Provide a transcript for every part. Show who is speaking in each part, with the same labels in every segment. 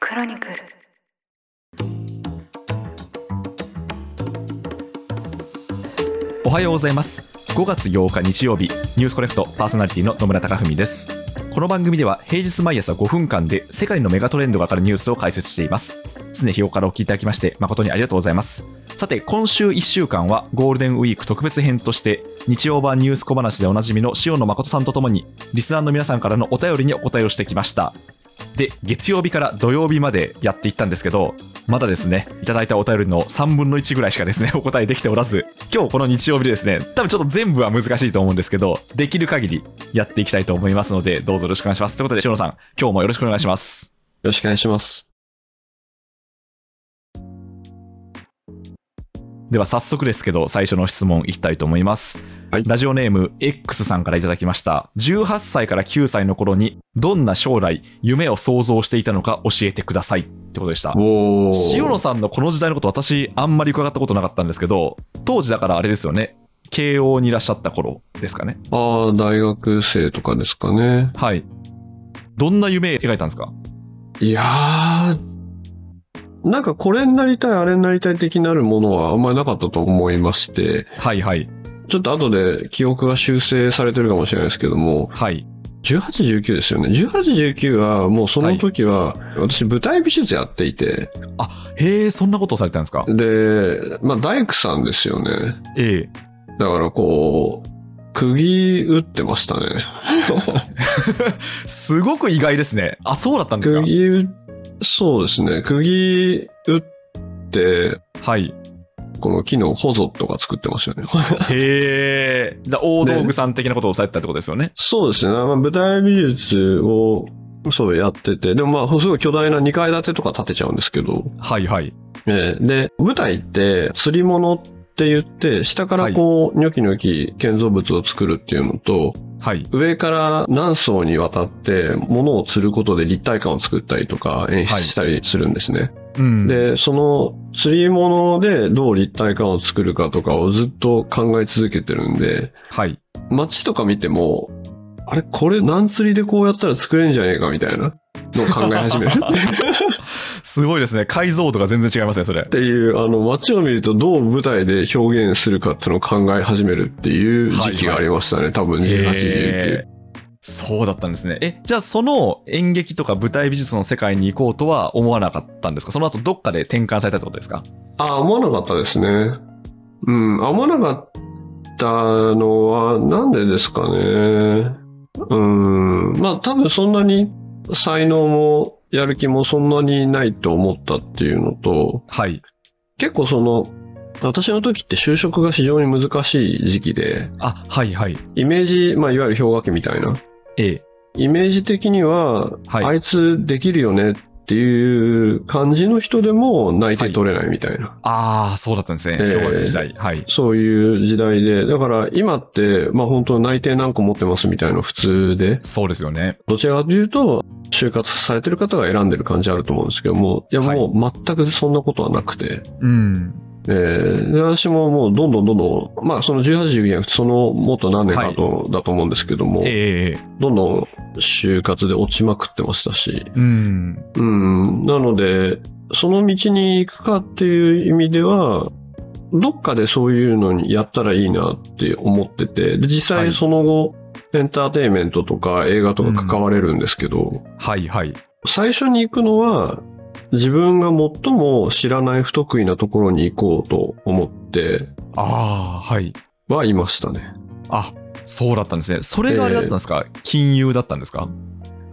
Speaker 1: クロニクル
Speaker 2: おはようございます5月8日日曜日ニュースコネクトパーソナリティの野村貴文ですこの番組では平日毎朝5分間で世界のメガトレンドが上がるニュースを解説しています常日頃からお聞きいただきまして誠にありがとうございますさて今週1週間はゴールデンウィーク特別編として日曜版ニュース小話でおなじみの塩野誠さんとともにリスナーの皆さんからのお便りにお答えをしてきましたで月曜日から土曜日までやっていったんですけどまだですねいただいたお便りの3分の1ぐらいしかですねお 答えできておらず今日この日曜日でですね多分ちょっと全部は難しいと思うんですけどできる限りやっていきたいと思いますのでどうぞよろしくお願いしますということで塩野さん今日もよろしくお願いします
Speaker 3: よろしくお願いします。
Speaker 2: では早速ですけど最初の質問いきたいと思います、
Speaker 3: はい
Speaker 2: ラジオネーム X さんからいただきました18歳から9歳の頃にどんな将来夢を想像していたのか教えてくださいってことでした
Speaker 3: お
Speaker 2: 塩野さんのこの時代のこと私あんまり伺ったことなかったんですけど当時だからあれですよね慶応にいらっしゃった頃ですかね
Speaker 3: ああ、大学生とかですかね。
Speaker 2: はいどんな夢描いたんですか
Speaker 3: いやー、なんかこれになりたい、あれになりたい的なるものはあんまりなかったと思いまして、
Speaker 2: はいはい
Speaker 3: ちょっと後で記憶が修正されてるかもしれないですけども、
Speaker 2: はい
Speaker 3: 18、19ですよね。18、19はもうその時は、私舞台美術やっていて、
Speaker 2: へえそんなことをされてたんですか
Speaker 3: で、まあ大工さんですよね。
Speaker 2: ええ
Speaker 3: だからこう、釘打ってましたね。
Speaker 2: すごく意外ですねあそうだったんですか
Speaker 3: 釘打そうですね釘打って
Speaker 2: はい
Speaker 3: この木のホゾとか作って ましたね
Speaker 2: へえ。だ大道具さん的なことをされてたってことですよね。
Speaker 3: そうですね、まあ、舞台美術をそうやっててでもまあすごい巨大な2階建てとか建てちゃうんですけど、
Speaker 2: はいはい。
Speaker 3: ええで舞台って釣り物って言って下からこうニョキニョキ建造物を作るっていうのと、
Speaker 2: はい。
Speaker 3: 上から何層にわたって物を釣ることで立体感を作ったりとか演出したりするんですね、
Speaker 2: うん。
Speaker 3: で、その釣り物でどう立体感を作るかとかをずっと考え続けてるんで、
Speaker 2: はい。
Speaker 3: 街とか見ても、あれ、これ何釣りでこうやったら作れんじゃねえかみたいなのを考え 始めるっ
Speaker 2: すごいですね。解像度が全然違いますね、それ。
Speaker 3: ていう、あの街を見るとどう舞台で表現するかっていうのを考え始めるっていう時期がありましたね、多分
Speaker 2: へ
Speaker 3: 18、19。
Speaker 2: ーそうだったんですね。え、じゃあその演劇とか舞台美術の世界に行こうとは思わなかったんですかその後どっかで転換されたってことですか
Speaker 3: あ、思わなかったですね。うん、思わなかったのは、なんでですかね。うん、まあ多分そんなに才能もやる気もそんなにないと思ったっていうのと、
Speaker 2: はい。
Speaker 3: 結構その、私の時って就職が非常に難しい時期で、
Speaker 2: あ、はいはい。
Speaker 3: イメージ、まあいわゆる氷河期みたいな、
Speaker 2: ええ。
Speaker 3: イメージ的には、
Speaker 2: はい
Speaker 3: あいつできるよねっていう感じの人でも内定取れないみたいな。
Speaker 2: ああ、そうだったんですね。
Speaker 3: えー
Speaker 2: 昭和時代。はい。
Speaker 3: そういう時代で、だから今って、まあ本当内定何個持ってますみたいなの普通で、
Speaker 2: そうですよね。
Speaker 3: どちらかというと、就活されてる方が選んでる感じあると思うんですけども、いや
Speaker 2: はい
Speaker 3: もう全くそんなことはなくて、
Speaker 2: うん。
Speaker 3: えーで私ももうどんどんどんどん、まあその18時じゃなくてそのもっと何年かと、だと思うんですけども、
Speaker 2: ええええ。
Speaker 3: どんどん就活で落ちまくってましたし、
Speaker 2: うん。
Speaker 3: うん、なので、その道に行くかっていう意味では、どっかでそういうのにやったらいいなって思ってて、で実
Speaker 2: はい
Speaker 3: 際その後、エンターテインメントとか映画とか関われるんですけど、
Speaker 2: はいはい。
Speaker 3: 最初に行くのは、自分が最も知らない不得意なところに行こうと思って
Speaker 2: ああ、はい。
Speaker 3: はいましたね。
Speaker 2: あそうだったんですね。それがあれだったんですか、金融だったんですか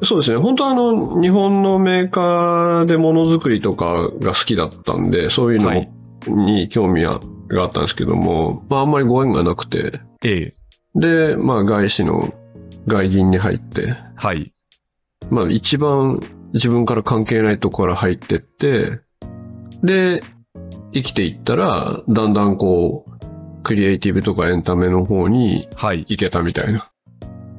Speaker 3: そうですね。本当はあの、日本のメーカーでものづくりとかが好きだったんで、そういうの
Speaker 2: は
Speaker 3: も
Speaker 2: い。
Speaker 3: に興味があったんですけども、まああんまりご縁がなくて、
Speaker 2: ええ。
Speaker 3: で、まあ外資の外銀に入って、
Speaker 2: はい。
Speaker 3: まあ一番自分から関係ないところから入ってって、で、生きていったら、だんだんこう、クリエイティブとかエンタメの方に
Speaker 2: はい。
Speaker 3: 行けたみたいな。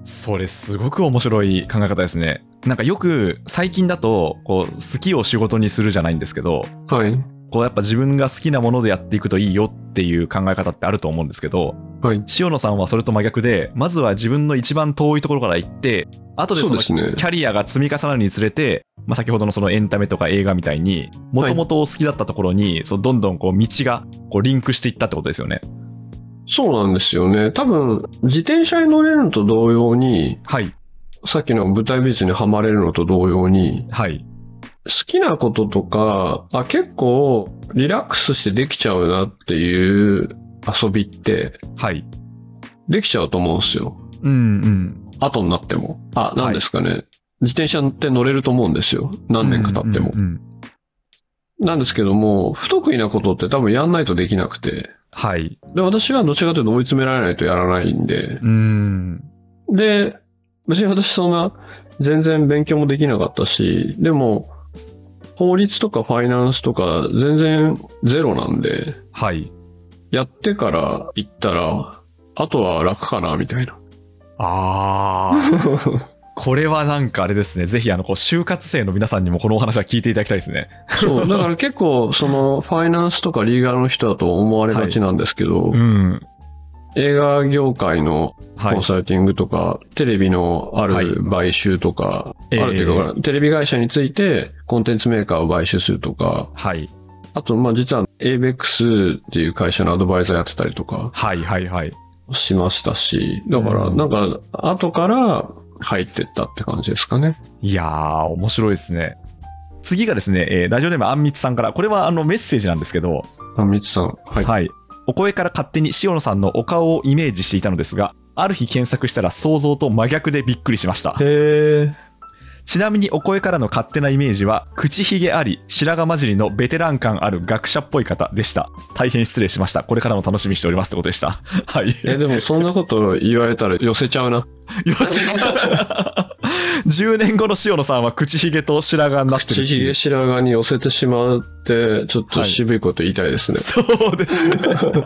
Speaker 2: それすごく面白い考え方ですね。なんかよく最近だとこう好きを仕事にするじゃないんですけど
Speaker 3: はい。
Speaker 2: こうやっぱ自分が好きなものでやっていくといいよっていう考え方ってあると思うんですけど、
Speaker 3: はい
Speaker 2: 塩野さんはそれと真逆でまずは自分の一番遠いところから行って後でそ
Speaker 3: そ
Speaker 2: の
Speaker 3: うで
Speaker 2: キ
Speaker 3: すね。
Speaker 2: ャリアが積み重なるにつれて、まあ、先ほどのそのエンタメとか映画みたいにもともとお好きだったところに、そうどんどんこう道がこうリンクしていったってことですよね。
Speaker 3: そうなんですよね。多分、自転車に乗れるのと同様に、
Speaker 2: はい、
Speaker 3: さっきの舞台美術にはまれるのと同様に、
Speaker 2: はい、
Speaker 3: 好きなこととか、あ、結構リラックスしてできちゃうなっていう遊びって、
Speaker 2: はい。
Speaker 3: できちゃうと思うんですよ。
Speaker 2: うんうん。
Speaker 3: 後になっても。あ、なんですかね。自転車って乗れると思うんですよ。何年か経っても。
Speaker 2: うんうんうん
Speaker 3: なんですけども、不得意なことって多分やんないとできなくて。
Speaker 2: はい。
Speaker 3: で、私はどちらかというと追い詰められないとやらないんで。
Speaker 2: うん。
Speaker 3: で、別に私そんな全然勉強もできなかったし、でも、法律とかファイナンスとか全然ゼロなんで、
Speaker 2: はい。
Speaker 3: やってから行ったら、あとは楽かな、みたい な。
Speaker 2: ああ。これはなんかあれですね。ぜ ひ、あの、こう、就活生の皆さんにもこのお話は聞いていただきたいですね。
Speaker 3: そう、だから結構、その、ファイナンスとかリーガルの人だと思われがちなんですけど、
Speaker 2: うん。
Speaker 3: 映画業界の
Speaker 2: は
Speaker 3: コン
Speaker 2: い。
Speaker 3: サルティングとか、テレビのあ
Speaker 2: はい
Speaker 3: る買収とか、
Speaker 2: ええ
Speaker 3: あるっていうか、テレビ会社についてコンテンツメーカーを買収するとか、
Speaker 2: はい。
Speaker 3: あと、まあ実は ABEX っていう会社のアドバイザーやってたりとか
Speaker 2: はい。はい。はい。
Speaker 3: しましたし、だから
Speaker 2: うん
Speaker 3: なんか後から入ってったって感じですかね。
Speaker 2: いやー、面白いですね。次がですね、えーラジオネームあんみつさんから、これはあのメッセージなんですけど、
Speaker 3: あ、みつさん。はい。
Speaker 2: はい。お声から勝手に塩野さんのお顔をイメージしていたのですが、ある日検索したら想像と真逆でびっくりしました。
Speaker 3: へー
Speaker 2: ちなみにお声からの勝手なイメージは口ひげあり白髪混じりのベテラン感ある学者っぽい方でした大変失礼しましたこれからも楽しみにしておりますってことでしたはい
Speaker 3: え、でもそんなこと言われたら寄せちゃうな。
Speaker 2: よろしいでしょうか10年後の塩野さんは口ひげと白髪になってるって
Speaker 3: 口
Speaker 2: いう
Speaker 3: ひげ白髪に寄せてしまって、ちょっと渋いこと言いたいですね。
Speaker 2: そうですね
Speaker 3: 勝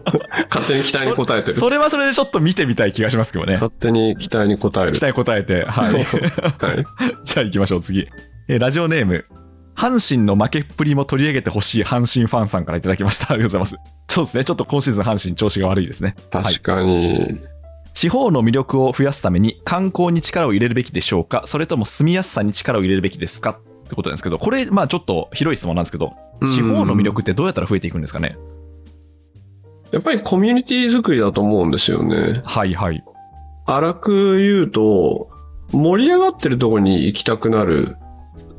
Speaker 3: 手に期待に応えてる。
Speaker 2: それはそれでちょっと見てみたい気がしますけどね
Speaker 3: 勝手に期待に応える
Speaker 2: 期。待答えてはい
Speaker 3: はい。
Speaker 2: じゃあ行きましょう次えーラジオネーム阪神の負けっぷりも取り上げてほしい阪神ファンさんからいただきました ありがとうございますそうですねちょっと今シーズン阪神調子が悪いですね
Speaker 3: 確かに。
Speaker 2: 地方の魅力を増やすために観光に力を入れるべきでしょうかそれとも住みやすさに力を入れるべきですかってことなんですけどこれまあちょっと広い質問なんですけど地方の魅力ってどうやったら増えていくんですかね
Speaker 3: やっぱりコミュニティ作りだと思うんですよね。
Speaker 2: はいはい
Speaker 3: 荒く言うと、盛り上がってるとこに行きたくなる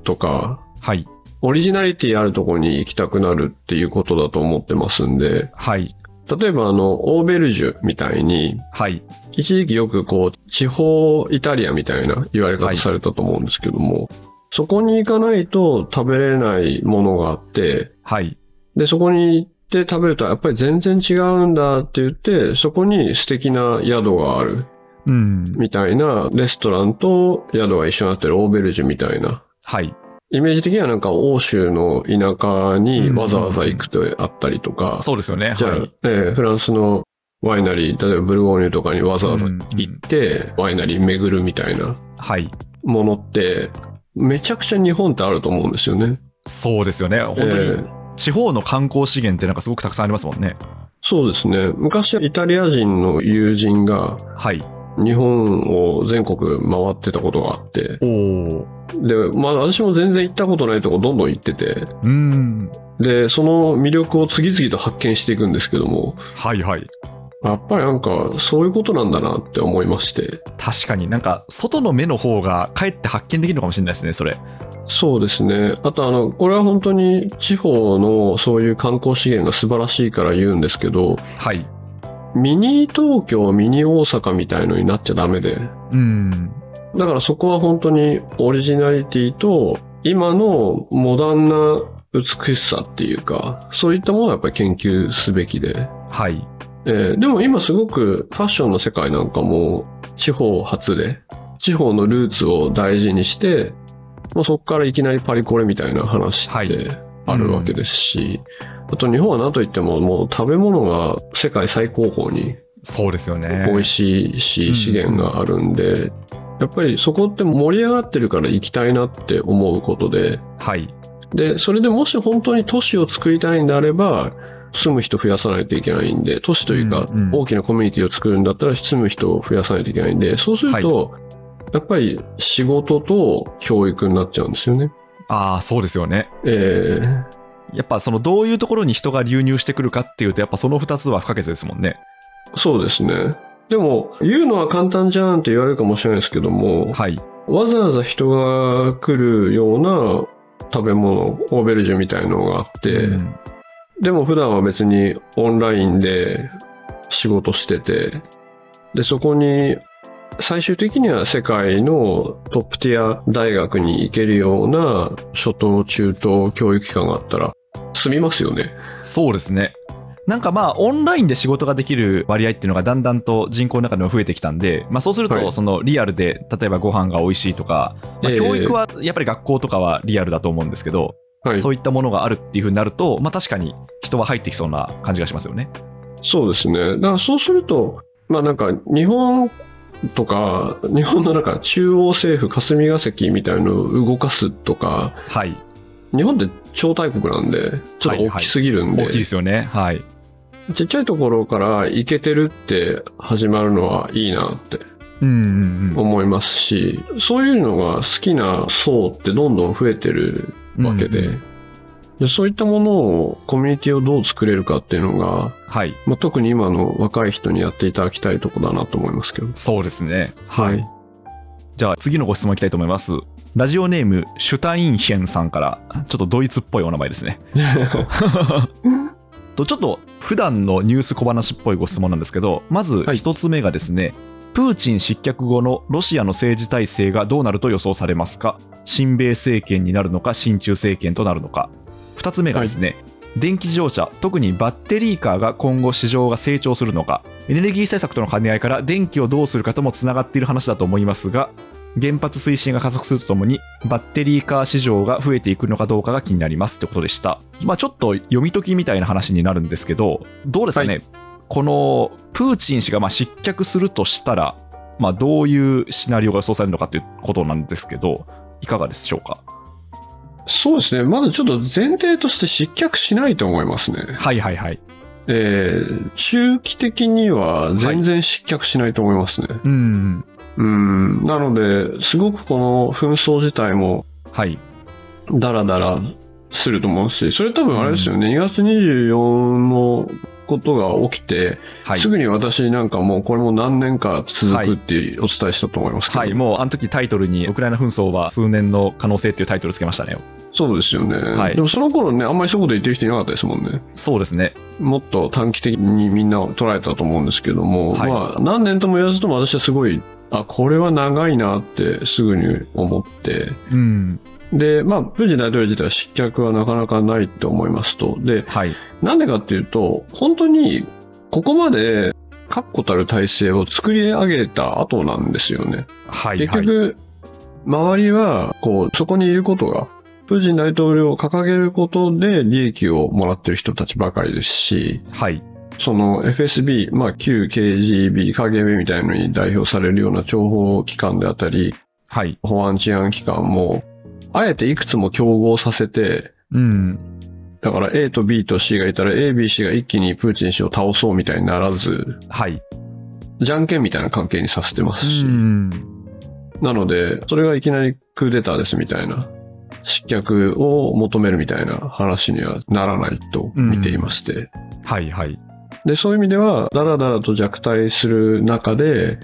Speaker 3: とか、
Speaker 2: はい
Speaker 3: オリジナリティあるとこに行きたくなるっていうことだと思ってますんで、
Speaker 2: はい
Speaker 3: 例えばあの、オーベルジュみたいに、
Speaker 2: はい
Speaker 3: 一時期よくこう、地方イタリアみたいな言われ方されたと思うんですけども、そこに行かないと食べれないものがあって、
Speaker 2: はい
Speaker 3: で、そこに行って食べるとやっぱり全然違うんだって言って、そこに素敵な宿がある
Speaker 2: うん
Speaker 3: みたいなレストランと宿が一緒になってるオーベルジュみたいな。
Speaker 2: はい
Speaker 3: イメージ的にはなんか欧州の田舎にわざわざ行くとあったりとか、
Speaker 2: そうですよね
Speaker 3: じゃあ、
Speaker 2: はい
Speaker 3: えーフランスのワイナリー、例えばブルゴーニュとかにわざわざ
Speaker 2: うんうん
Speaker 3: 行って、ワイナリー巡るみたいな
Speaker 2: はい
Speaker 3: ものって、めちゃくちゃ日本ってあると思うんですよね。
Speaker 2: そうですよね本当
Speaker 3: え
Speaker 2: に
Speaker 3: ー
Speaker 2: 地方の観光資源ってなんかすごくたくさんありますもんね
Speaker 3: そうですね。昔イタリア人の友人が
Speaker 2: はい
Speaker 3: 日本を全国回ってたことがあって、
Speaker 2: おお
Speaker 3: で、まあ私も全然行ったことないとこどんどん行ってて、
Speaker 2: うん
Speaker 3: で、その魅力を次々と発見していくんですけども、
Speaker 2: はいはい
Speaker 3: やっぱりなんかそういうことなんだなって思いまして、
Speaker 2: 確かになんか外の目の方がかえって発見できるのかもしれないですねそれ
Speaker 3: そうですね。あとあの、これは本当に地方のそういう観光資源が素晴らしいから言うんですけど、
Speaker 2: はい
Speaker 3: ミニ東京、ミニ大阪みたいのになっちゃダメで、
Speaker 2: うん
Speaker 3: だからそこは本当にオリジナリティと今のモダンな美しさっていうか、そういったものをやっぱり研究すべきで、
Speaker 2: はい
Speaker 3: えーでも今すごくファッションの世界なんかも地方初で地方のルーツを大事にして、まあ、そこからいきなりパリコレみたいな話
Speaker 2: は
Speaker 3: ってあるわけですし、あと日本は何といってももう食べ物が世界最高峰に
Speaker 2: そうですよね。
Speaker 3: 美味しいし、
Speaker 2: うん
Speaker 3: 資源があるんで、やっぱりそこって盛り上がってるから行きたいなって思うことで
Speaker 2: はい。
Speaker 3: で、それでもし本当に都市を作りたいんであれば、住む人増やさないといけないんで、都市というか
Speaker 2: うんうん、
Speaker 3: 大きなコミュニティを作るんだったら、住む人を増やさないといけないんで、そうすると、やっぱり仕事と教育になっちゃうんですよね。
Speaker 2: ああ、そうですよね。
Speaker 3: えー
Speaker 2: やっぱそのどういうところに人が流入してくるかっていうと、やっぱその2つは不可欠ですもんね。
Speaker 3: そうですね。でも、言うのは簡単じゃんって言われるかもしれないですけども、
Speaker 2: はい。
Speaker 3: わざわざ人が来るような食べ物、オーベルジュみたいのがあって、
Speaker 2: うん
Speaker 3: でも普段は別にオンラインで仕事してて、で、そこに最終的には世界のトップティア大学に行けるような初等中等教育機関があったら住みますよね。
Speaker 2: そうですね。なんかまあ、オンラインで仕事ができる割合っていうのがだんだんと人口の中でも増えてきたんで、まあそうする
Speaker 3: は
Speaker 2: と、
Speaker 3: い
Speaker 2: そのリアルで、例えばご飯が美味しいとか、まあ
Speaker 3: ええ
Speaker 2: 教育はやっぱり学校とかはリアルだと思うんですけど、
Speaker 3: はい。
Speaker 2: そういったものがあるっていうふうになると、まあ確かに人は入ってきそうな感じがしますよね。
Speaker 3: そうですね。だからそうすると、まあなんか日本とか、日本のなんか中央政府霞が関みたいのを動かすとか、
Speaker 2: はい。
Speaker 3: 日本って超大国なんで、ちょっと大きすぎるんで、
Speaker 2: 大きいですよね。はい。
Speaker 3: ちっちゃいところから行けてるって始まるのはいいなって
Speaker 2: うんうんうん。
Speaker 3: 思いますし、そういうのが好きな層ってどんどん増えてるわけで、
Speaker 2: うんうん
Speaker 3: でそういったものをコミュニティをどう作れるかっていうのが、
Speaker 2: はい。
Speaker 3: まあ、特に今の若い人にやっていただきたいとこだなと思いますけど。
Speaker 2: そうですね。
Speaker 3: はい。
Speaker 2: じゃあ次のご質問いきたいと思います。ラジオネーム、シュタインヒェンさんから、ちょっとドイツっぽいお名前ですね。とちょっと普段のニュース小話っぽいご質問なんですけど、まず
Speaker 3: はい
Speaker 2: 一つ目がですね、プーチン失脚後のロシアの政治体制がどうなると予想されますか親米政権になるのか、親中政権となるのか。二つ目がですね、電気自動車、特にバッテリーカーが今後市場が成長するのか、エネルギー政策との兼ね合いから電気をどうするかともつながっている話だと思いますが、原発推進が加速するとともに、バッテリーカー市場が増えていくのかどうかが気になりますってことでした。まあ、ちょっと読み解きみたいな話になるんですけど、どうですかね、
Speaker 3: は
Speaker 2: このプーチン氏がまあ失脚するとしたら、まあ、どういうシナリオが予想されるのかということなんですけど、いかがでしょうか。
Speaker 3: そうですね。まずちょっと前提として失脚しないと思いますね。
Speaker 2: はいはいはい。
Speaker 3: えー中期的には全然失脚しないと思いますね。
Speaker 2: うん。
Speaker 3: うん。なので、すごくこの紛争自体も
Speaker 2: はい。
Speaker 3: ダラダラすると思うし、それ多分あれですよね。2月24のことが起きて、
Speaker 2: はい
Speaker 3: す。ぐに私なんかもうこれも何年か続くってお伝えしたと思いますけど、
Speaker 2: はい、もうあの時タイトルに「ウクライナ紛争は数年の可能性」っていうタイトルつけましたね。
Speaker 3: そうですよね、
Speaker 2: はい
Speaker 3: でもその頃ね、あんまりそういうこと言ってる人いなかったですもんね。
Speaker 2: そうですね。
Speaker 3: もっと短期的にみんなを捉えたと思うんですけども、
Speaker 2: はい
Speaker 3: まあ何年とも言わずとも私はすごい、あ、これは長いなってすぐに思って、
Speaker 2: うん。
Speaker 3: で、まあプーチン大統領自体は失脚はなかなかないと思いますと、で、
Speaker 2: はい。
Speaker 3: なんでかっていうと、本当にここまで確固たる体制を作り上げた後なんですよね。
Speaker 2: はい、
Speaker 3: 結
Speaker 2: はい。
Speaker 3: 局、周りは、こう、そこにいることが、プーチン大統領を掲げることで利益をもらってる人たちばかりですし、
Speaker 2: はい。
Speaker 3: その FSB、まあ、旧 KGB、KGB みたいのに代表されるような諜報機関であったり、
Speaker 2: はい。
Speaker 3: 保安治安機関も、あえていくつも競合させて、
Speaker 2: うん。
Speaker 3: だから A と B と C がいたら A、B、C が一気にプーチン氏を倒そうみたいにならず、
Speaker 2: はい。
Speaker 3: じゃんけんみたいな関係にさせてますし、
Speaker 2: うん。
Speaker 3: なので、それがいきなりクーデターですみたいな、失脚を求めるみたいな話にはならないと見ていまして、
Speaker 2: はい、はい。
Speaker 3: で、そういう意味では、だらだらと弱体する中で、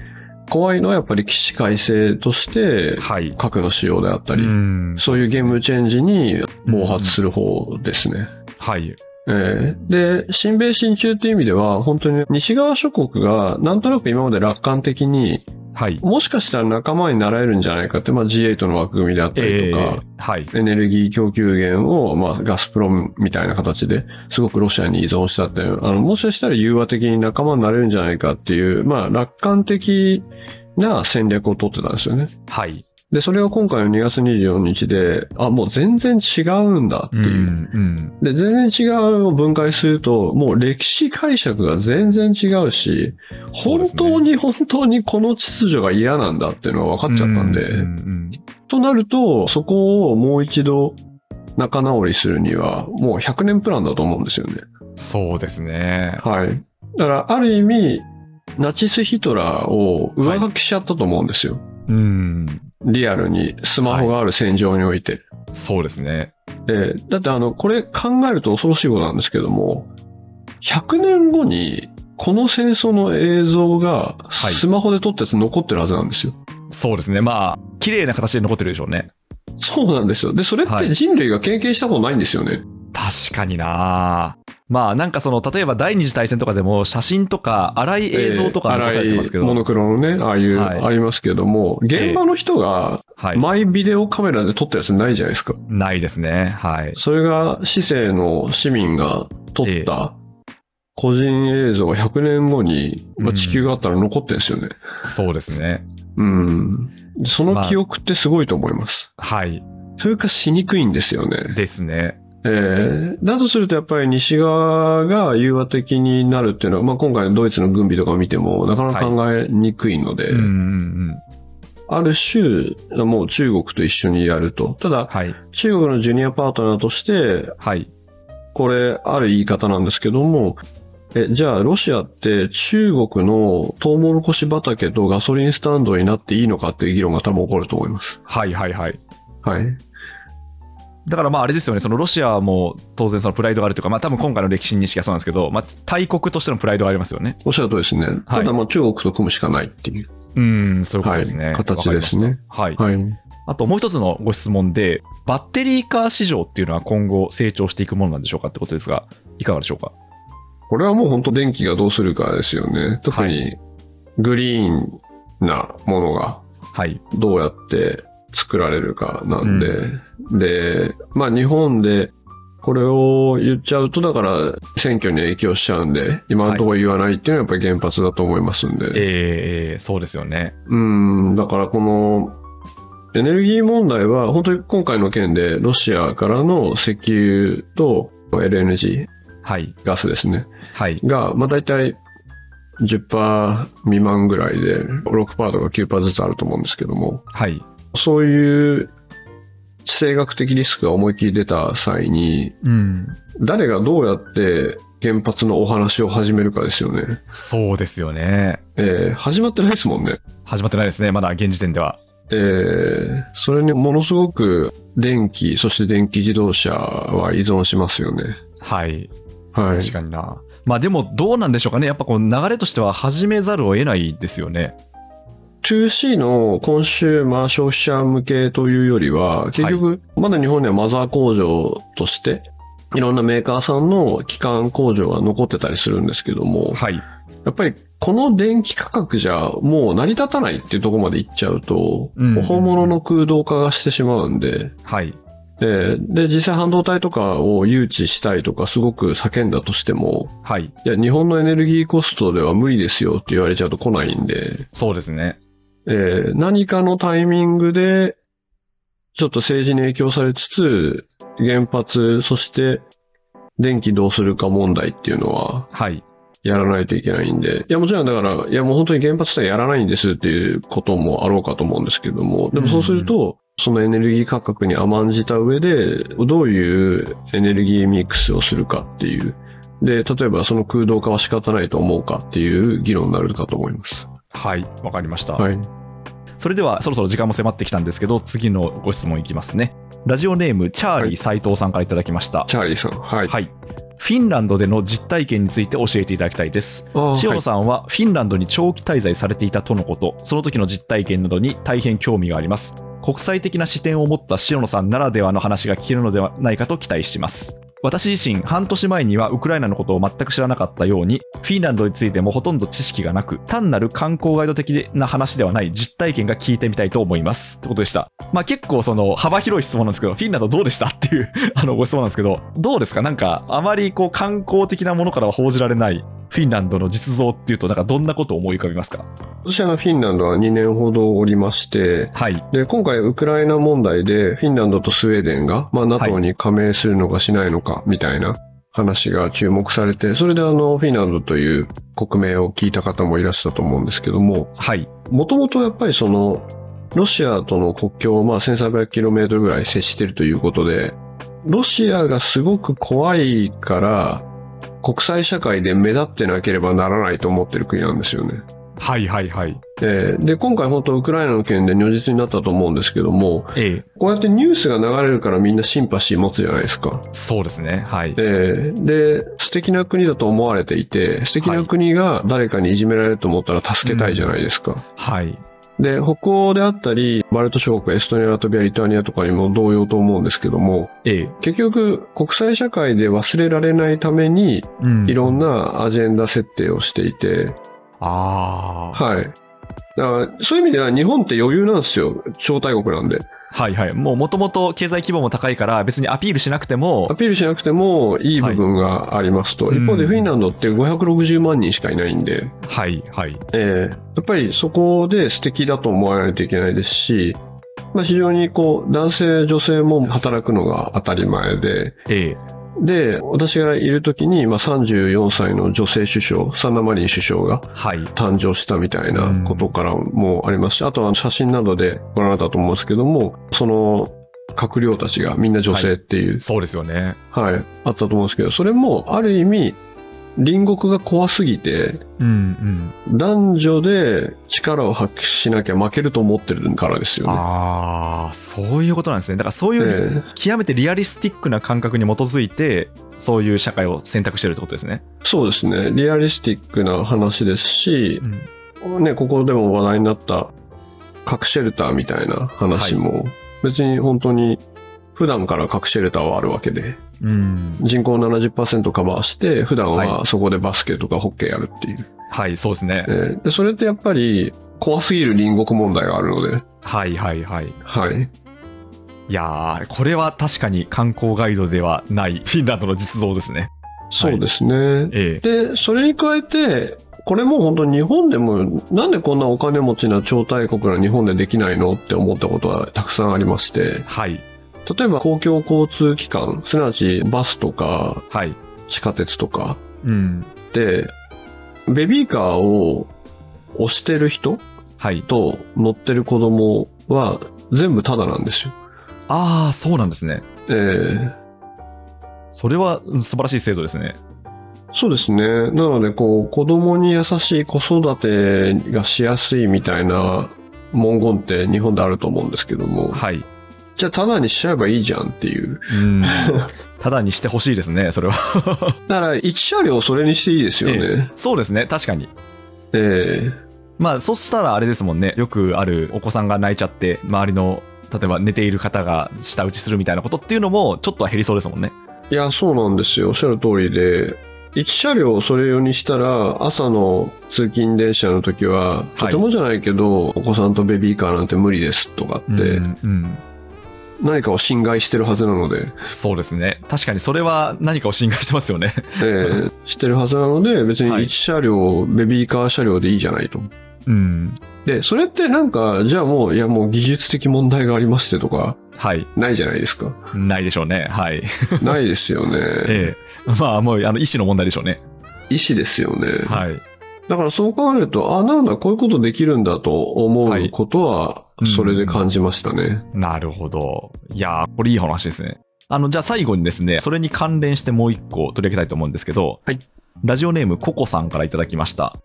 Speaker 3: 怖いのはやっぱり起死回生として、
Speaker 2: はい。
Speaker 3: 核の使用であったり、
Speaker 2: うん
Speaker 3: そういうゲームチェンジに暴発する方ですね。
Speaker 2: はい。
Speaker 3: えーで、親米親中っていう意味では、本当に西側諸国がなんとなく今まで楽観的に、
Speaker 2: はい。
Speaker 3: もしかしたら仲間になられるんじゃないかって、まあ、G8 の枠組みであったりとか、
Speaker 2: ーはい。
Speaker 3: エネルギー供給源を、まあ、ガスプロムみたいな形ですごくロシアに依存したっていう、あの、もしかしたら融和的に仲間になれるんじゃないかっていう、まあ、楽観的な戦略を取ってたんですよね。
Speaker 2: はい。
Speaker 3: で、それが今回の2月24日で、あ、もう全然違うんだって
Speaker 2: うん。
Speaker 3: いうう。
Speaker 2: ん。
Speaker 3: で、全然違うを分解すると、もう歴史解釈が全然違うし、
Speaker 2: そう
Speaker 3: 本
Speaker 2: ですね
Speaker 3: 当に本当にこの秩序が嫌なんだっていうのが分かっちゃったんで、
Speaker 2: うんうん
Speaker 3: となると、そこをもう一度仲直りするには、もう100年プランだと思うんですよね。
Speaker 2: そうですね。
Speaker 3: はい。だから、ある意味、ナチス・ヒトラーを上書きしちゃったと思うんですよ。
Speaker 2: うん。
Speaker 3: リアルにスマホがある戦場において。
Speaker 2: そうですね。
Speaker 3: でだってあの、これ考えると恐ろしいことなんですけども、100年後にこの戦争の映像が
Speaker 2: い
Speaker 3: スマホで撮ったやつ残ってるはずなんですよ。
Speaker 2: そうですね。まあ、綺麗な形で残ってるでしょうね。
Speaker 3: そうなんですよ。で、それっ
Speaker 2: は
Speaker 3: て
Speaker 2: い
Speaker 3: 人類が経験したことないんですよね。
Speaker 2: 確かになまあなんかその例えば第二次大戦とかでも写真とか荒い映像とか残されてますけど、
Speaker 3: えー粗いモノクロのね、ああいう、
Speaker 2: はい
Speaker 3: ありますけども、現場の人が
Speaker 2: はい、
Speaker 3: マイビデオカメラで撮ったやつないじゃないですか。
Speaker 2: ないですねはい
Speaker 3: それが市政の市民が撮
Speaker 2: え
Speaker 3: っ
Speaker 2: え
Speaker 3: た個人映像が100年後に、ま
Speaker 2: う
Speaker 3: あ、
Speaker 2: ん
Speaker 3: 地球があったら残ってるんですよね。
Speaker 2: そうですね
Speaker 3: うん。でその記憶ってすごいと思います。
Speaker 2: はい
Speaker 3: 風化しにくいんですよね。
Speaker 2: ですね
Speaker 3: えーだとするとやっぱり西側が融和的になるっていうのは、まあ、今回のドイツの軍備とかを見てもなかなか考えにくいので、
Speaker 2: うんうんうん
Speaker 3: ある種、もう中国と一緒にやると。ただ、
Speaker 2: はい
Speaker 3: 中国のジュニアパートナーとして、
Speaker 2: はい
Speaker 3: これ、ある言い方なんですけども、え、じゃあ、ロシアって中国のトウモロコシ畑とガソリンスタンドになっていいのかっていう議論が多分起こると思います。
Speaker 2: はいはいはい
Speaker 3: はい。
Speaker 2: だからまああれですよねそのロシアも当然そのプライドがあるというかまあ多分今回の歴史認識はそうなんですけど、まあ、大国としてのプライドがありますよね
Speaker 3: おっしゃるとりですね。ただ、まあ、中国と組むしかないっていう。
Speaker 2: うんそういうことですね、
Speaker 3: はい形ですね
Speaker 2: わかりましたはい
Speaker 3: はい。
Speaker 2: あともう一つのご質問で、バッテリーカー市場っていうのは今後成長していくものなんでしょうかってことですが、いかがでしょうか。
Speaker 3: これはもう本当電気がどうするかですよね。特
Speaker 2: は
Speaker 3: に、グリーンなものが
Speaker 2: はい。
Speaker 3: どうやって作られるかなんで、で、まあ日本でこれを言っちゃうと、だから選挙に影響しちゃうんで、今のところ言わないっていうのはやっぱり原発だと思いますんで、
Speaker 2: えー、そうですよね。
Speaker 3: うん、だからこのエネルギー問題は、本当に今回の件でロシアからの石油と LNG、
Speaker 2: はい。
Speaker 3: ガスですね、
Speaker 2: はい。
Speaker 3: が、まあ大体10%未満ぐらいで、6%とか9%ずつあると思うんですけども、
Speaker 2: はい。
Speaker 3: そういう地政学的リスクが思いっきり出た際に、
Speaker 2: うん。
Speaker 3: 誰がどうやって原発のお話を始めるかですよね。
Speaker 2: そうですよね。
Speaker 3: えー始まってないですもんね。
Speaker 2: 始まってないですね。まだ現時点では。
Speaker 3: えーそれにものすごく電気、そして電気自動車は依存しますよね。
Speaker 2: はい。
Speaker 3: はい。
Speaker 2: 確かにな。まあでもどうなんでしょうかね。やっぱこの流れとしては始めざるを得ないですよね。
Speaker 3: 2C のコンシューマー消費者向けというよりは、結局、まだ日本にはマザー工場として、いろんなメーカーさんの基幹工場が残ってたりするんですけども、
Speaker 2: はい。
Speaker 3: やっぱりこの電気価格じゃもう成り立たないっていうところまで行っちゃうと、
Speaker 2: うん
Speaker 3: 本物の空洞化がしてしまうんで、
Speaker 2: はい。
Speaker 3: でで、実際半導体とかを誘致したいとかすごく叫んだとしても、
Speaker 2: はい。
Speaker 3: いや、日本のエネルギーコストでは無理ですよって言われちゃうと来ないんで、
Speaker 2: そうですね。
Speaker 3: えー何かのタイミングで、ちょっと政治に影響されつつ、原発、そして電気どうするか問題っていうのは、
Speaker 2: はい。
Speaker 3: やらないといけないんで、いや、もちろんだから、いや、もう本当に原発ではやらないんですっていうこともあろうかと思うんですけども、でもそうすると、そのエネルギー価格に甘んじた上で、どういうエネルギーミックスをするかっていう。で、例えばその空洞化は仕方ないと思うかっていう議論になるかと思います。
Speaker 2: はい。わかりました。
Speaker 3: はい。
Speaker 2: それではそろそろ時間も迫ってきたんですけど、次のご質問いきますね。ラジオネーム、チャーリー斎藤さんからいただきました。
Speaker 3: チャーリーさん。はい。
Speaker 2: はい。フィンランドでの実体験について教えていただきたいです。
Speaker 3: あー
Speaker 2: 塩野さんはフィンランドに長期滞在されていたとのこと、その時の実体験などに大変興味があります。国際的な視点を持った塩野さんならではの話が聞けるのではないかと期待します。私自身、半年前にはウクライナのことを全く知らなかったように、フィンランドについてもほとんど知識がなく、単なる観光ガイド的な話ではない実体験が聞いてみたいと思います。ってことでした。まあ結構その幅広い質問なんですけど、フィンランドどうでしたっていうあのご質問なんですけど、どうですかなんか、あまりこう観光的なものからは報じられないフィンランドの実像っていうと、なんかどんなことを思い浮かびますか
Speaker 3: 私はフィンランドは2年ほどおりまして、
Speaker 2: はい。
Speaker 3: で、今回、ウクライナ問題で、フィンランドとスウェーデンが、まあ、NATO に加盟するのかしないのか、みたいな話が注目されて、それであの、フィンランドという国名を聞いた方もいらっしゃったと思うんですけども、
Speaker 2: はい。
Speaker 3: もともとやっぱりその、ロシアとの国境を、まあ、1300km ぐらい接してるということで、ロシアがすごく怖いから、国際社会で目立ってなければならないと思ってる国なんですよね。
Speaker 2: はいはいはい。
Speaker 3: えーで、今回本当ウクライナの件で如実になったと思うんですけども、
Speaker 2: ええ、
Speaker 3: こうやってニュースが流れるからみんなシンパシー持つじゃないですか。
Speaker 2: そうですね。はい。
Speaker 3: えーで、素敵な国だと思われていて、素敵な国が誰かにいじめられると思ったら助けたいじゃないですか。
Speaker 2: はい。
Speaker 3: で、北欧であったり、バルト諸国、エストニア、ラトビア、リトアニアとかにも同様と思うんですけども、
Speaker 2: ええ、
Speaker 3: 結局、国際社会で忘れられないために、
Speaker 2: うん
Speaker 3: いろんなアジェンダ設定をしていて、
Speaker 2: ああ、
Speaker 3: はい。だから、そういう意味では日本って余裕なんですよ。超大国なんで。
Speaker 2: はいはい。もうもともと経済規模も高いから、別にアピールしなくて
Speaker 3: ア
Speaker 2: も、
Speaker 3: ピールしなくてもいい部分がありますと。
Speaker 2: はい
Speaker 3: 一方で
Speaker 2: うん
Speaker 3: フィンランドって560万人しかいないんで、
Speaker 2: はいはい。
Speaker 3: えーやっぱりそこで素敵だと思わないといけないですし、まあ、非常にこう男性女性も働くのが当たり前で、
Speaker 2: ええ、
Speaker 3: で、私がいる時に、まあ、34歳の女性首相、サンナマリン首相が
Speaker 2: はい。
Speaker 3: 誕生したみたいなことからもありますし、あとは写真などでご覧になったと思うんですけども、その閣僚たちがみんな女性っていう、
Speaker 2: そうですよね。
Speaker 3: はい、あったと思うんですけど、それもある意味、隣国が怖すぎて、
Speaker 2: うんうん。
Speaker 3: 男女で力を発揮しなきゃ負けると思ってるからですよね。
Speaker 2: ああ、そういうことなんですね。だからそういう、
Speaker 3: ええ
Speaker 2: 極めてリアリスティックな感覚に基づいて、そういう社会を選択してるってことですね。
Speaker 3: そうですね。リアリスティックな話ですし、ね、ここでも話題になった核シェルターみたいな話も、別に本当に普段から核シェルターはあるわけで、
Speaker 2: うん。
Speaker 3: 人口70%カバーして、普段
Speaker 2: は
Speaker 3: はそこでバスケとかホッケーやるっていう。
Speaker 2: はい、そうですね
Speaker 3: え。ーでそれってやっぱり怖すぎる隣国問題があるので、
Speaker 2: はいはいはい。
Speaker 3: はい。
Speaker 2: いやー、これは確かに観光ガイドではない フィンランドの実像ですね。
Speaker 3: そうですね。
Speaker 2: ええ。
Speaker 3: で、それに加えて、これも本当に日本でも、なんでこんなお金持ちな超大国が日本でできないのって思ったことはたくさんありまして、
Speaker 2: はい、
Speaker 3: 例えば公共交通機関、すなわちバスとか
Speaker 2: はい。
Speaker 3: 地下鉄とか
Speaker 2: うん。
Speaker 3: で、ベビーカーを押してる人
Speaker 2: はい。
Speaker 3: と乗ってる子供は全部タダなんですよ。
Speaker 2: ああ、そうなんですね。
Speaker 3: えー
Speaker 2: それはうん素晴らしい制度ですね。
Speaker 3: そうですね。なので、こう、子供に優しい子育てがしやすいみたいな文言って日本であると思うんですけども、
Speaker 2: はい。
Speaker 3: じゃあただにしちゃえばいいじゃんっていう。
Speaker 2: うん。ただにしてほしいですね、それは。
Speaker 3: だから、一車両それにしていいですよね。
Speaker 2: そうですね、確かに。
Speaker 3: ええ
Speaker 2: まあ、そしたらあれですもんね。よくあるお子さんが泣いちゃって、周りの、例えば寝ている方が舌打ちするみたいなことっていうのも、ちょっとは減りそうですもんね。
Speaker 3: いや、そうなんですよ。おっしゃる通りで、一車両それ用にしたら、朝の通勤電車の時は、
Speaker 2: はい
Speaker 3: とてもじゃないけど、お子さんとベビーカーなんて無理ですとかって、
Speaker 2: うんうん、
Speaker 3: 何かを侵害してるはずなので、
Speaker 2: そうですね。確かにそれは何かを侵害してますよね。
Speaker 3: ええしてるはずなので、別
Speaker 2: は
Speaker 3: に
Speaker 2: い
Speaker 3: 一車両、ベビーカー車両でいいじゃないと。
Speaker 2: うん。
Speaker 3: で、それってなんか、じゃあもう、いやもう技術的問題がありましてとか、
Speaker 2: はい。
Speaker 3: ないじゃないで すか。
Speaker 2: ないでしょうね。はい。
Speaker 3: ないですよね。
Speaker 2: ええ。 まあ、もう、あの、意思の問題でしょうね。
Speaker 3: 医師ですよね。
Speaker 2: はい。
Speaker 3: だからそう考えると、あ、なんだ、こういうことできるんだと思
Speaker 2: はいう
Speaker 3: ことは
Speaker 2: うん、
Speaker 3: それで感じましたね。
Speaker 2: なるほど。いやー、これいい話ですね。あの、じゃあ最後にですね、それに関連してもう一個取り上げたいと思うんですけど、
Speaker 3: はい
Speaker 2: ラジオネームココさんからいただきました。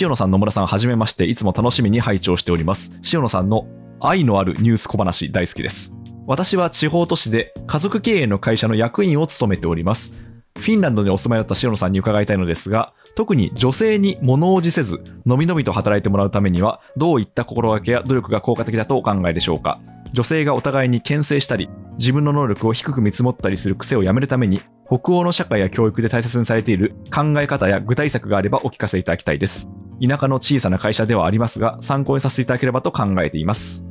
Speaker 2: 塩野さん、野村さん、はじめまして、いつも楽しみに拝聴しております。塩野さんの愛のあるニュース小話大好きです。私は地方都市で家族経営の会社の役員を務めております。フィンランドにお住まいだった塩野さんに伺いたいのですが、特に女性に物おじせず、のびのびと働いてもらうためには、どういった心がけや努力が効果的だとお考えでしょうか。女性がお互いに牽制したり自分の能力を低く見積もったりする癖をやめるために北欧の社会や教育で大切にされている考え方や具体策があればお聞かせいただきたいです田舎の小さな会社ではありますが参考にさせていただければと考えています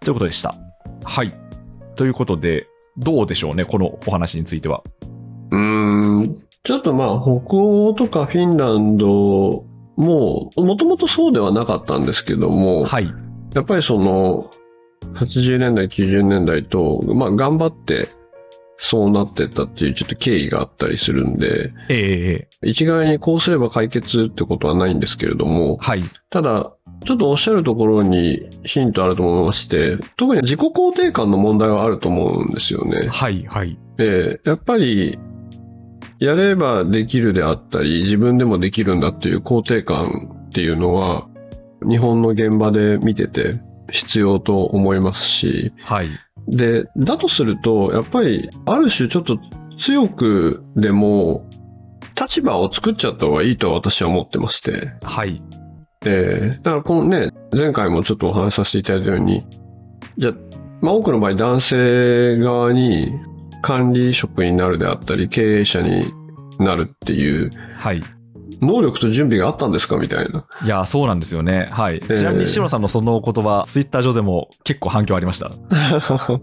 Speaker 2: ということでしたはいということでどうでしょうねこのお話については
Speaker 3: うーん、ちょっとまあ、北欧とかフィンランドも、もともとそうではなかったんですけども、
Speaker 2: はい
Speaker 3: やっぱりその、80年代、90年代と、まあ、頑張ってそうなってったっていうちょっと経緯があったりするんで、
Speaker 2: ええ
Speaker 3: 一概にこうすれば解決ってことはないんですけれども、
Speaker 2: はい。
Speaker 3: ただ、ちょっとおっしゃるところにヒントあると思いまして、特に自己肯定感の問題はあると思うんですよね。
Speaker 2: はい、はい。
Speaker 3: で、やっぱり、やればできるであったり、自分でもできるんだっていう肯定感っていうのは、日本の現場で見てて必要と思いますし、
Speaker 2: はい。
Speaker 3: で、だとすると、やっぱり、ある種ちょっと強くでも、立場を作っちゃった方がいいと私は思ってまして。
Speaker 2: はい。
Speaker 3: で、だからこのね、前回もちょっとお話しさせていただいたように、じゃあ、まあ多くの場合男性側に管理職になるであったり、経営者になるっていう、
Speaker 2: はい。
Speaker 3: 能力と準備があったんですかみたい な。
Speaker 2: いやー、そうなんですよね。はい。
Speaker 3: え
Speaker 2: ちなみに、シロさんのそのお言葉、ツイッター上でも結構反響ありました。
Speaker 3: だか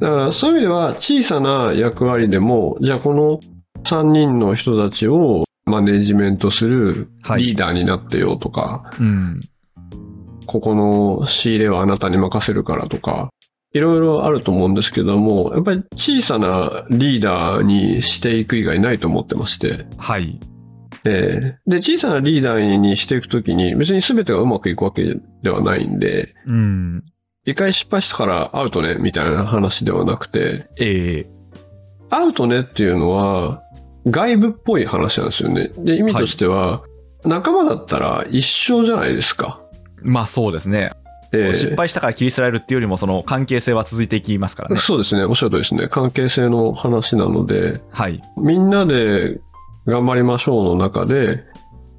Speaker 3: らそういう意味では小さな役割でもじゃあこの3人の人たちをマネジメントする
Speaker 2: はい
Speaker 3: リーダーになってよとか、
Speaker 2: うん。
Speaker 3: ここの仕入れはあなたに任せるからとかいろいろあると思うんですけどもやっぱり小さなリーダーにしていく以外ないと思ってまして、
Speaker 2: はい。
Speaker 3: えーで小さなリーダーにしていくときに別に全てがうまくいくわけではないんで
Speaker 2: うん。
Speaker 3: 一回失敗したからアウトねみたいな話ではなくて
Speaker 2: ええ
Speaker 3: アウトねっていうのは外部っぽい話なんですよね。で意味としては、仲間だったら一緒じゃないですか。
Speaker 2: まあそうですね。
Speaker 3: えー
Speaker 2: 失敗したから切り捨てられるっていうよりも、その関係性は続いていきますからね。
Speaker 3: そうですね。おっしゃるとりですね。関係性の話なので、
Speaker 2: はい。
Speaker 3: みんなで頑張りましょうの中で、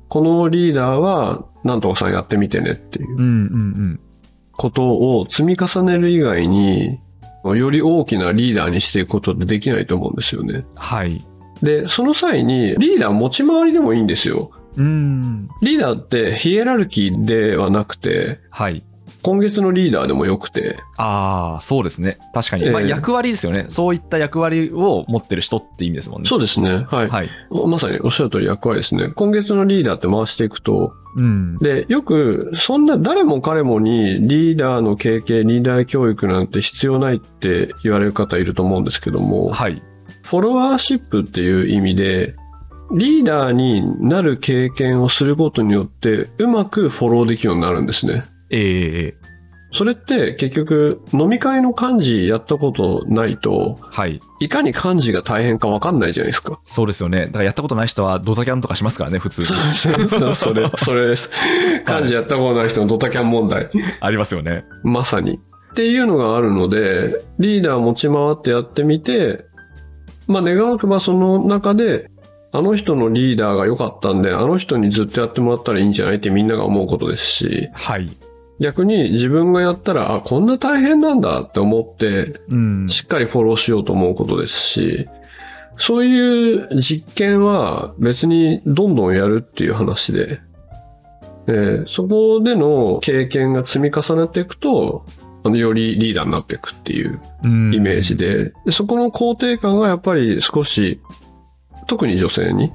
Speaker 3: このリーダーはなんとかさんやってみてねっていう
Speaker 2: うんうん
Speaker 3: ことを積み重ねる以外に、より大きなリーダーにしていくことってできないと思うんですよね
Speaker 2: う。ん。はい。
Speaker 3: で、その際にリーダー持ち回りでもいいんですよ。
Speaker 2: うん。
Speaker 3: リーダーってヒエラルキーではなくて、
Speaker 2: はい。
Speaker 3: 今月のリーダーでもよくて、
Speaker 2: ああ、そうですね。確かに。
Speaker 3: ええ
Speaker 2: まあ役割ですよね。そういった役割を持ってる人って意味ですもんね。
Speaker 3: そうですね。はい。
Speaker 2: はい。
Speaker 3: まさにおっしゃる通り役割ですね。今月のリーダーって回していくと、
Speaker 2: うん。
Speaker 3: で、よく、そんな誰も彼もにリーダーの経験、リーダー教育なんて必要ないって言われる方いると思うんですけども、
Speaker 2: はい。
Speaker 3: フォロワーシップっていう意味で、リーダーになる経験をすることによって、うまくフォローできるようになるんですね。
Speaker 2: ええ
Speaker 3: それって結局飲み会の幹事やったことないと
Speaker 2: はい。
Speaker 3: いかに幹事が大変か分かんないじゃないですか。
Speaker 2: そうですよね。だからやったことない人はドタキャンとかしますからね、普通に。
Speaker 3: そうそうそれ、それです。
Speaker 2: はい
Speaker 3: 幹事やったことない人のドタキャン問題。
Speaker 2: ありますよね。
Speaker 3: まさに。っていうのがあるので、リーダー持ち回ってやってみて、まあ願わくばその中で、あの人のリーダーが良かったんで、あの人にずっとやってもらったらいいんじゃないってみんなが思うことですし、
Speaker 2: はい。
Speaker 3: 逆に自分がやったら、あ、こんな大変なんだって思って、
Speaker 2: うん。
Speaker 3: しっかりフォローしようと思うことですし、そういう実験は別にどんどんやるっていう話で、えーそこでの経験が積み重なっていくと、あのよりリーダーになっていくっていう
Speaker 2: うん
Speaker 3: イメージで、でそこの肯定感がやっぱり少し、特に女性に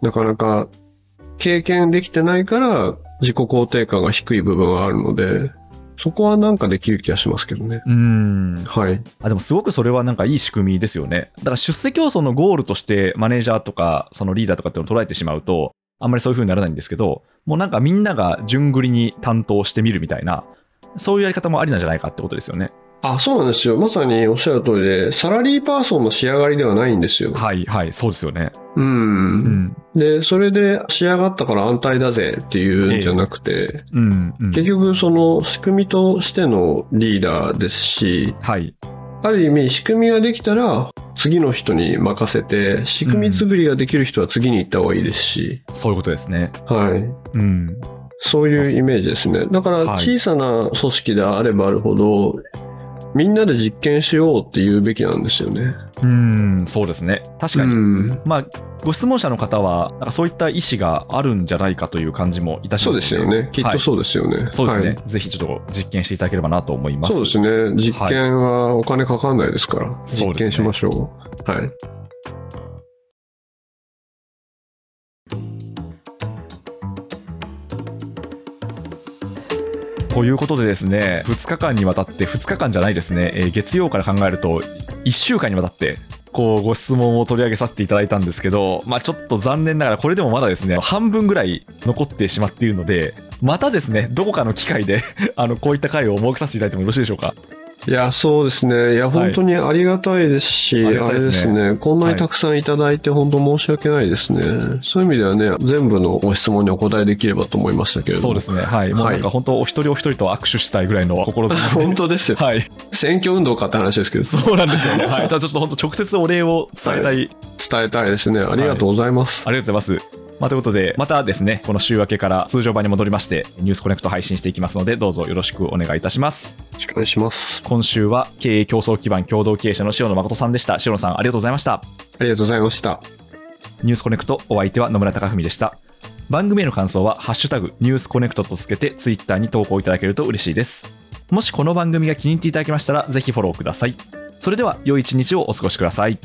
Speaker 3: なかなか経験できてないから自己肯定感が低い部分はあるので、そこはなんかできる気がしますけどね。
Speaker 2: うん
Speaker 3: はい。
Speaker 2: あでもすごくそれはなんかいい仕組みですよね。だから出世競争のゴールとしてマネージャーとかそのリーダーとかっていうのを捉えてしまうとあんまりそういう風にならないんですけどもうなんかみんなが順繰りに担当してみるみたいなそういうやり方もありなんじゃないかってことですよね。
Speaker 3: あ、そうなんですよ。まさにおっしゃる通りで、サラリーパーソンの仕上がりではないんですよ。
Speaker 2: はいはいそうですよね。
Speaker 3: うん、
Speaker 2: うん
Speaker 3: で、それで仕上がったから安泰だぜっていうんじゃなくて、
Speaker 2: うんうん
Speaker 3: 結局その仕組みとしてのリーダーですし、
Speaker 2: はい
Speaker 3: ある意味仕組みができたら次の人に任せて、仕組み作りができる人は次に行った方がいいですし、
Speaker 2: そういうことですね。
Speaker 3: はい。
Speaker 2: うん
Speaker 3: そういうイメージですね。だから
Speaker 2: はい
Speaker 3: 小さな組織であればあるほど、みんなで実験しようっていうべきなんですよね。
Speaker 2: うんそうですね確かに。
Speaker 3: うん
Speaker 2: まあ、ご質問者の方はなんかそういった意思があるんじゃないかという感じもいたし
Speaker 3: そ
Speaker 2: ま
Speaker 3: う
Speaker 2: す
Speaker 3: ですよね。きっ
Speaker 2: は
Speaker 3: と
Speaker 2: い
Speaker 3: そうですよね。
Speaker 2: そうですね、
Speaker 3: はい
Speaker 2: ぜひちょっと実験していただければなと思います。
Speaker 3: そうですね。実験はお金かかんないですから、
Speaker 2: そうです
Speaker 3: 実
Speaker 2: ね
Speaker 3: 験しましょう。はい。
Speaker 2: ということでですね、2日間にわたって、2日間じゃないですね、えー月曜から考えると、1週間にわたって、こう、ご質問を取り上げさせていただいたんですけど、まあちょっと残念ながら、これでもまだですね、半分ぐらい残ってしまっているので、またですね、どこかの機会で あのこういった回を設けさせていただいてもよろしいでしょうか。
Speaker 3: いや、そうですね。いや、本当にありがたいですし、
Speaker 2: ありが
Speaker 3: あ
Speaker 2: たい
Speaker 3: れ
Speaker 2: で
Speaker 3: ですす
Speaker 2: ね
Speaker 3: ね。こんなにたくさんいただいて、本当申し訳ないですね。そういう意味ではね、全部のご質問にお答えできればと思いましたけれども。
Speaker 2: そうですね、はい、もうなんか本当、お一人お一人と握手したいぐらいの心遣 い
Speaker 3: 本
Speaker 2: で。
Speaker 3: 当ですよ。
Speaker 2: はい、
Speaker 3: 選挙運動かって話ですけど、
Speaker 2: そうなんですよね。はい、ただちょっと本当直接お礼を伝えたい、
Speaker 3: 伝えたいですね。ありがとうございます。
Speaker 2: ありがとうございます。まあ、ということで、またですね、この週明けから通常版に戻りまして、ニュースコネクト配信していきますので、どうぞよろしくお願いいたします。
Speaker 3: よろしくお願いします。
Speaker 2: 今週は経営競争基盤共同経営者の塩野誠さんでした。塩野さん、ありがとうございました。
Speaker 3: ありがとうございました。
Speaker 2: ニュースコネクト、お相手は野村貴文でした。番組への感想は、ハッシュタグ、ニュースコネクトとつけて、ツイッターに投稿いただけると嬉しいです。もしこの番組が気に入っていただけましたら、ぜひフォローください。それでは、良い一日をお過ごしください。